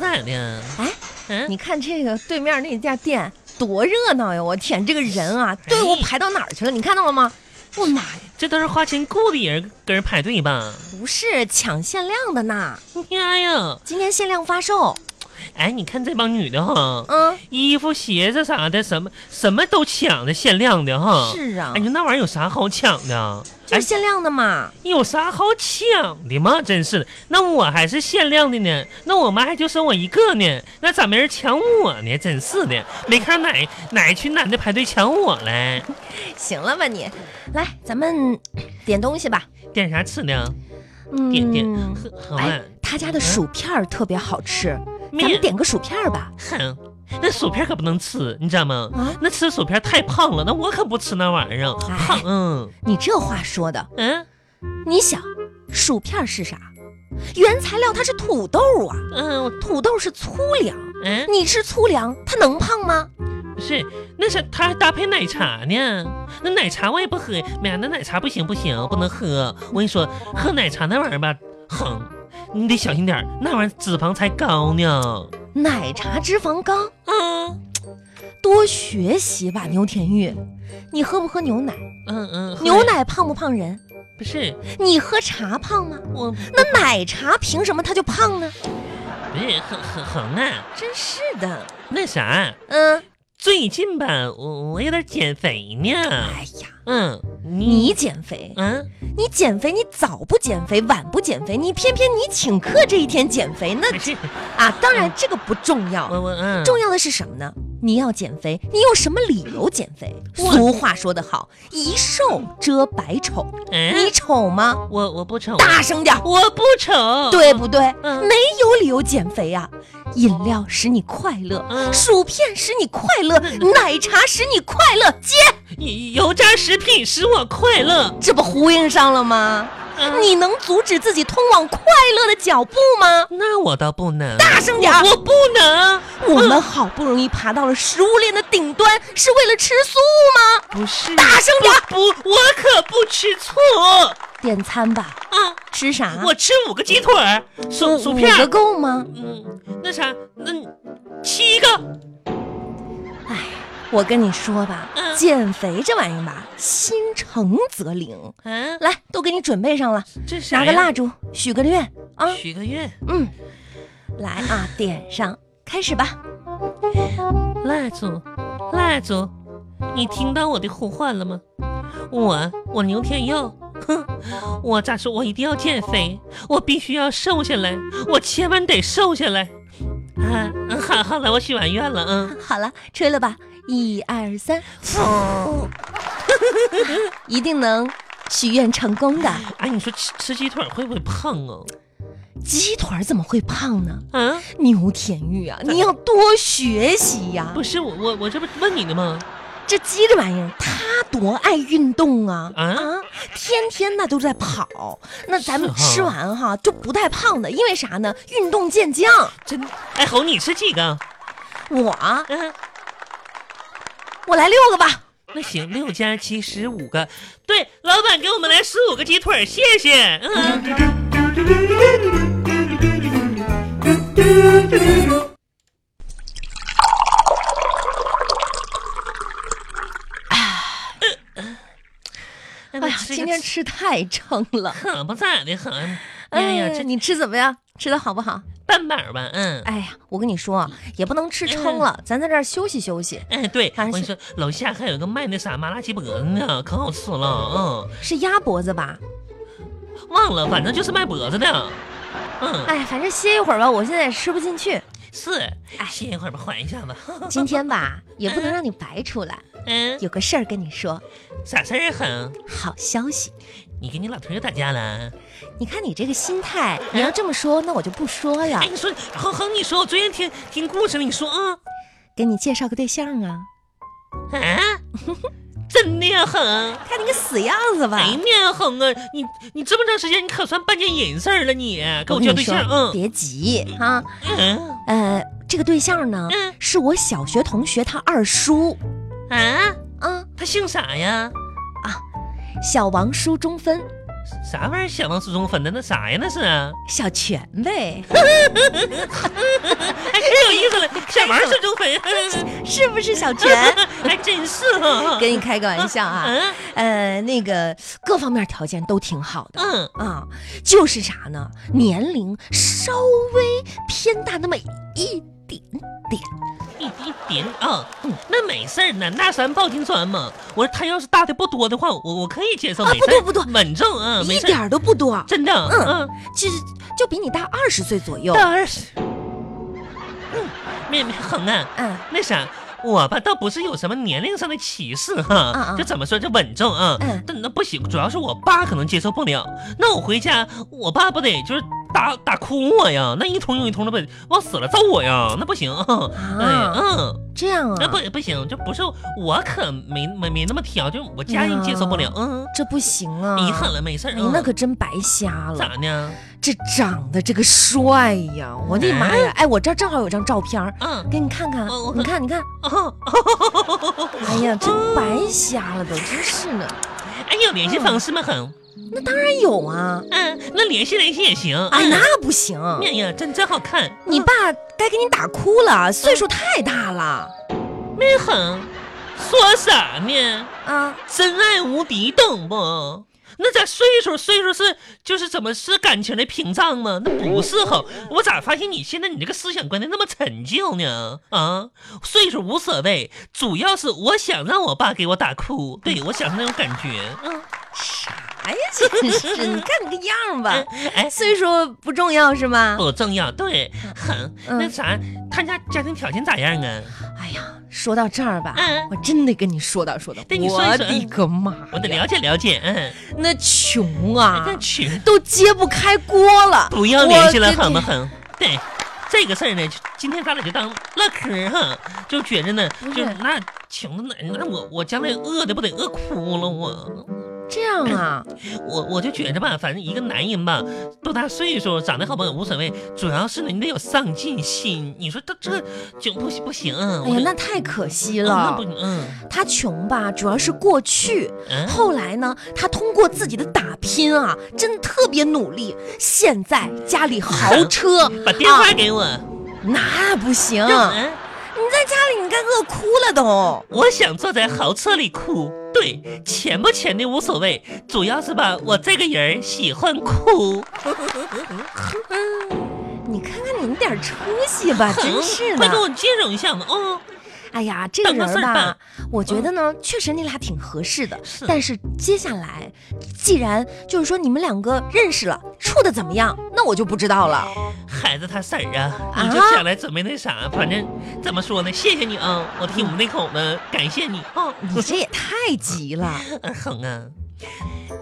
哪的？哎，嗯，你看这个对面那家店多热闹呀！我天，这个人啊，队伍排到哪儿去了？你看到了吗？我妈呀，这都是花钱雇的人跟人排队吧？不是抢限量的呢，妈呀！今天限量发售。哎，你看这帮女的哈，嗯，衣服、鞋子啥的，什么什么都抢的限量的哈。是啊哎，你，说那玩意儿有啥好抢的？就哎是，限量的嘛。有啥好抢的吗？真是的，那我还是限量的呢，那我妈还就剩我一个呢，那咋没人抢我呢？真是的，没看哪哪群男的排队抢我嘞？哎行了吧你，来，咱们点东西吧。点啥吃的？嗯，点点喝喝哎完，他家的薯片儿特别好吃，咱面们。点个薯片儿吧。哼，那薯片可不能吃，你知道吗？啊那吃薯片太胖了，那我可不吃那玩意儿，哎胖。嗯 你这话说的，嗯你想，薯片儿是啥？原材料它是土豆啊，嗯我土豆是粗粮，嗯，你吃粗粮，它能胖吗？不是，那是他还搭配奶茶呢。那奶茶我也不喝，妈呀，那奶茶不行不行，不能喝。我跟你说，喝奶茶那玩意儿吧，哼，你得小心点儿，那玩意儿脂肪才高呢。奶茶脂肪高，嗯多学习吧，牛田玉。你喝不喝牛奶？嗯嗯，喝牛奶胖不胖人？不是你喝茶胖吗？我，那奶茶凭什么它就胖呢？不是哼哼哼啊，真是的，那啥，嗯，最近吧，我我有点减肥呢。哎呀，嗯，你你减肥，嗯。你减肥，你早不减肥，晚不减肥，你偏偏你请客这一天减肥，那没事，啊，当然这个不重要，我我嗯，重要的是什么呢？你要减肥，你有什么理由减肥？我俗话说得好，一瘦遮百丑，你嗯，丑吗？我我不丑，大声点儿，我不丑，对不对？嗯没有理由减肥啊！饮料使你快乐，嗯薯片使你快乐，奶茶使你快乐，姐，油炸食品使我快乐。这不呼应上了吗？嗯你能阻止自己通往快乐的脚步吗？那我倒不能，大声点儿！我不能，我们好不容易爬到了食物链的顶端，是为了吃素吗？不是，大声点儿！不，我可不吃醋点餐吧，啊！吃啥？我吃五个鸡腿儿，薯薯五片儿，个够吗？嗯，那啥，那七个，我跟你说吧，嗯减肥这玩意儿吧，心诚则灵。嗯，来，都给你准备上了。这啥拿呀个蜡烛，许个愿啊，许个愿，嗯，来啊，点上，开始吧。蜡烛，蜡烛，你听到我的呼唤了吗？我，我牛天佑，哼，我咋说？我一定要减肥，我必须要瘦下来，我千万得瘦下来。啊，嗯好，好了，我许完愿了，嗯。好了，吹了吧，一二三，嗯一定能许愿成功的。哎，你说吃吃鸡腿会不会胖哦？鸡腿儿怎么会胖呢？啊，牛田玉啊，你要多学习呀、不是我我我这不问你呢吗？这鸡这玩意儿，它多爱运动啊啊天天那都在跑。那咱们是哈吃完哈就不带胖的，因为啥呢？运动健将。真，哎，猴你吃几个？我啊嗯、我来六个吧。那行，六加七十五个。对，老板给我们来十五个鸡腿儿，谢谢。嗯。哎呀，今天吃太撑了。可不咋的，很。哎 哎呀，呀，这你吃怎么样？吃的好不好？半板儿吧，嗯。哎呀，我跟你说啊，也不能吃撑了，咱在这儿休息休息。哎，对，还是我跟你说，楼下还有个卖那啥麻辣鸡脖子呢，可好吃了，是鸭脖子吧？嗯，忘了，反正就是卖脖子的，嗯，哎呀，反正歇一会儿吧，我现在也吃不进去。是哎，歇一会儿吧，缓一下子，今天吧，也不能让你白出来， 嗯，有个事儿跟你说，啥事儿很？好消息。你跟你老头又打架了？你看你这个心态，你要这么说，那我就不说了哎，。你说，哼哼，你说，我昨天听听故事了，你说啊给你介绍个对象啊，啊，真的呀，哼，看你个死样子吧。哎呀妈呀，哼啊，你你这么长时间，你可算办件人事儿了，你给我跟交你对说象，嗯别急啊。嗯呃，这个对象呢，嗯是我小学同学，他二叔啊，啊，他姓啥呀？小王叔中分。啥玩意儿？想当失踪粉的那啥呀？那是啊，小泉 呗，哎，真有意 思了，什么失踪哎粉？是不是小泉？ 还真是哈、跟你开个玩笑啊，嗯呃，那个各方面条件都挺好的嗯啊，就是啥呢？年龄稍微偏大那么一点点。一一点啊，那没事儿，男大三抱金砖嘛。我说他要是大的不多的话，我我可以接受，啊没事儿不多不多稳重啊，没一事儿，点儿都不多，真的，嗯嗯，其实就比你大二十岁左右。大二十，嗯，妹妹恒啊，嗯那啥，我吧倒不是有什么年龄上的歧视哈，嗯嗯就怎么说，就稳重啊。嗯但那不行，主要是我爸可能接受不了。那我回家，我爸不得就是打打哭我呀，那一通又一通的呗，往死了揍我呀，那不行。啊哎，嗯，这样那啊，不不行，就不是我可没没没那么挑，就是我家人接受不了。嗯，这不行啊，遗憾了，没事儿。你嗯那可真白瞎了。咋呢？这长得这个帅呀，我的妈呀！哎，我这儿正好有张照片儿，嗯，给你看看哦我，你看，你看，哦，哎 呀，真白瞎了都，真是的。哎，有嗯联系方式吗？恒，当然有啊，嗯，那联系联系也行。啊，嗯那不行，面呀，真真好看。你爸该给你打哭了，岁数太大了没狠，说啥呢？啊。真爱无敌，懂不？那咱岁数，岁数是就是怎么是感情的屏障吗？那不是好，我咋发现你现在你这个思想观念那么陈旧呢？啊，岁数无所谓，主要是我想让我爸给我打哭，对我想是那种感觉。嗯，哎呀，真 是，你看你个样儿吧，哎，岁数不重要是吧？不重要，对，很嗯那啥，他家家庭条件咋样啊？哎呀，说到这儿吧，嗯我真得跟你说道说道，对你说一我说的个妈呀，我得了解了解，嗯，那穷啊那，群。都揭不开锅了，不要联系了，我这狠不狠？对，这个事儿呢，就今天咱俩就当唠嗑哈，就觉着呢不，是就那穷的那那我我将来饿的不得饿哭了我这样啊，我我就觉着吧，反正一个男人吧，多大岁数，长得好不好无所谓，主要是呢你得有上进心。你说这这就不行不行，啊哎我呀就，那太可惜嗯那了不。嗯他穷吧，主要是过去，嗯后来呢，他通过自己的打拼啊，真的特别努力，现在家里豪车 ，把电话啊给我，那不行，你嗯，在家里你该饿哭了都。我想坐在豪车里哭。对，钱不钱的无所谓，主要是吧，我这个人喜欢哭。啊嗯你看看你那点出息吧，真是快给的。我介绍一下嘛！哦，哎呀，这个人当个事儿儿办吧，我觉得呢，确实你俩挺合适的。是但是接下来，既然就是说你们两个认识了，处的怎么样，那我就不知道了。孩子他婶儿啊，啊你就想来准备那啥，反正怎么说呢？谢谢你啊，我替我们那口嗯呢感谢你啊，你这也太急了。恒啊。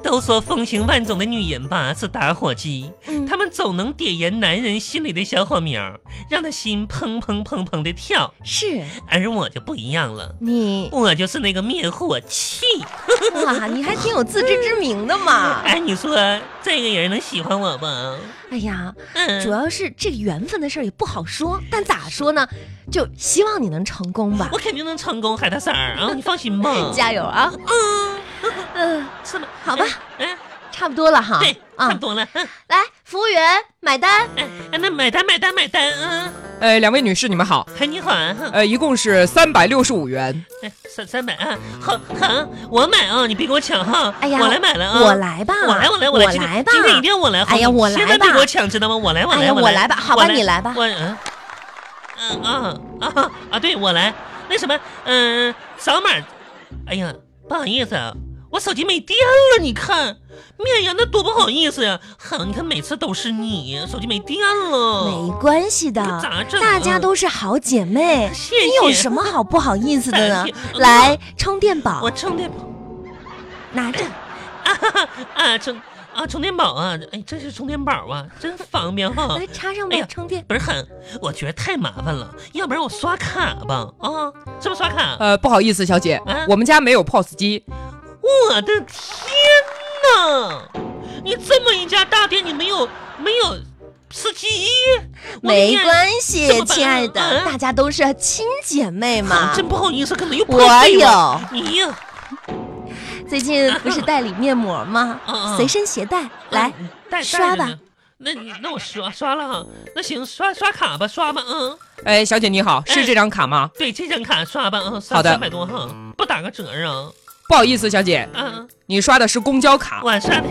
都说风情万种的女人吧是打火机，嗯她们总能点燃男人心里的小火苗，让他心砰砰砰砰的跳。是而我就不一样了，你我就是那个灭火器。哇，你还挺有自知之明的嘛。哎，你说这个人能喜欢我吗？哎呀，嗯，主要是这个缘分的事儿也不好说，但咋说呢，就希望你能成功吧我，肯定能成功，海大婶 儿啊，你放心吧。加油啊！嗯，嗯，是吧？好吧嗯，差不多了哈。嗯，对，啊差不多了。嗯，来，服务员买单。哎那买单，买单，买单啊！呃，两位女士，你们好。哎，你好啊，哼呃，一共是三百六十五元。哎三三百啊，好，好，我买啊，你别给我抢哈。哎呀我来买了啊，我来吧，我来，我来，我来，今天吧，今天一定要我来。好哎呀你我千来万别吧给我抢，知道吗？我来，我哎来，呀我我来吧好吧我你来吧我嗯嗯啊啊啊，对我来。那什么，嗯，扫码。哎呀，不好意思啊。我手机没电了，你看，面呀，那多不好意思呀、好，你看每次都是你，手机没电了。没关系的那咋，整啊大家都是好姐妹，谢谢你有什么好不好意思的呢感 谢？来，充电宝我，充电宝 拿着。啊哈哈啊充啊充电宝啊，哎，这是充电宝啊，真方便哈、来插上吧哎呀，充电。不是很，我觉得太麻烦了，要不然我刷卡吧啊，是不是刷卡？呃，不好意思，小姐啊，我们家没有 POS 机。我的天哪！你这么一家大店，你没有没有司机？我的没天关这系么，办亲爱啊的，大家都是亲姐妹好嘛。真不好意思，可能又我破费了有，你呀，最近不 是代理面膜吗嗯嗯？嗯随身携带，来，哎带刷。带着吧呢那你那我刷刷了哈，那行刷刷卡吧，刷吧，嗯，哎，小姐你好，是这张卡吗？对，这张卡刷吧，嗯，好的三百多哈，不打个折啊，不好意思，小姐，嗯，你刷的是公交卡，我刷的，